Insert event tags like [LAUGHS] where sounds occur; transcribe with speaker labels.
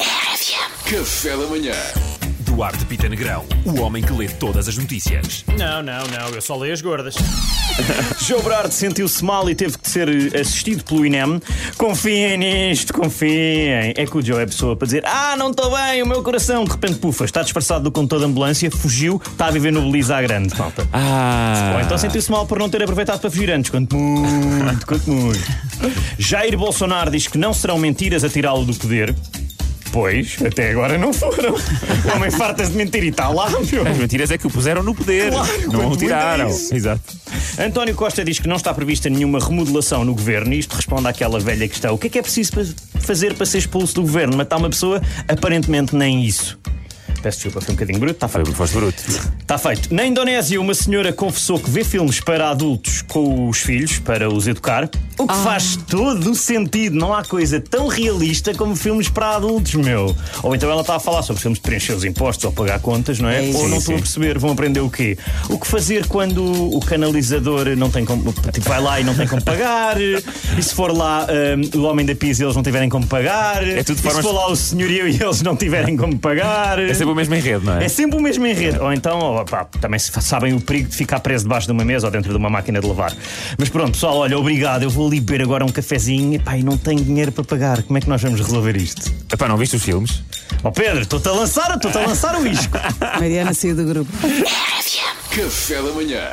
Speaker 1: FM.
Speaker 2: Café da manhã.
Speaker 3: Duarte Pita Negrão, o homem que lê todas as notícias.
Speaker 4: Não, não, não, eu só leio as
Speaker 5: [LAUGHS]
Speaker 4: gordas.
Speaker 5: João Brard sentiu-se mal e teve que ser eh, assistido pelo INEM. Confiem nisto, confiem. É que o Joe é pessoa para dizer: Ah, não estou bem, o meu coração. De repente, pufa, está disfarçado do condutor da ambulância, fugiu, está a viver no Belize à grande, malta.
Speaker 3: Ah,
Speaker 5: Ou então sentiu-se mal por não ter aproveitado para fugir antes, quanto muito, quanto muito. Jair Bolsonaro diz que não serão mentiras a tirá-lo do poder. Pois, até agora não foram. O homem fartas de mentir e está lá, meu.
Speaker 3: as mentiras é que o puseram no poder,
Speaker 5: Claro,
Speaker 3: não o
Speaker 5: quanto
Speaker 3: tiraram.
Speaker 5: muito é isso.
Speaker 3: Exato.
Speaker 5: António Costa diz que não está prevista nenhuma remodelação no governo e isto responde àquela velha questão: o que é que é preciso pa- fazer para ser expulso do governo? Matar uma pessoa? Aparentemente nem isso. Peço desculpa, foi um bocadinho bruto, está
Speaker 3: Foi
Speaker 5: feito.
Speaker 3: foste bruto.
Speaker 5: Está Tá feito. Na Indonésia, uma senhora confessou que vê filmes para adultos com os filhos, para os educar, o que faz todo o sentido. Não há coisa tão realista como filmes para adultos, meu. Ou então ela está a falar sobre filmes de preencher os impostos ou pagar contas, não é?
Speaker 1: É isso.
Speaker 5: ou não
Speaker 3: Sim,
Speaker 5: estou a
Speaker 3: sim.
Speaker 5: perceber, vão aprender o quê? O que fazer quando o canalizador não tem como. Tipo, vai lá e não tem como pagar. E se for lá hum, o homem da pizza e eles não tiverem como pagar.
Speaker 3: É tudo
Speaker 5: e se
Speaker 3: formas-
Speaker 5: for lá o senhorio e eles não tiverem como pagar.
Speaker 3: É sempre o mesmo enredo, não é?
Speaker 5: É sempre o mesmo enredo. Ou então, ó, pá, também se fa- sabem o perigo de ficar preso debaixo de uma mesa ou dentro de uma máquina de lavar. Mas pronto, pessoal, olha, obrigado. Eu vou ali beber agora um cafezinho. Epá, e não tenho dinheiro para pagar. Como é que nós vamos resolver isto?
Speaker 3: Epá, não viste os filmes?
Speaker 5: Ó Pedro, estou-te a lançar, estou-te a lançar o isco.
Speaker 6: Mariana saiu do grupo.
Speaker 1: RFM.
Speaker 2: Café da manhã.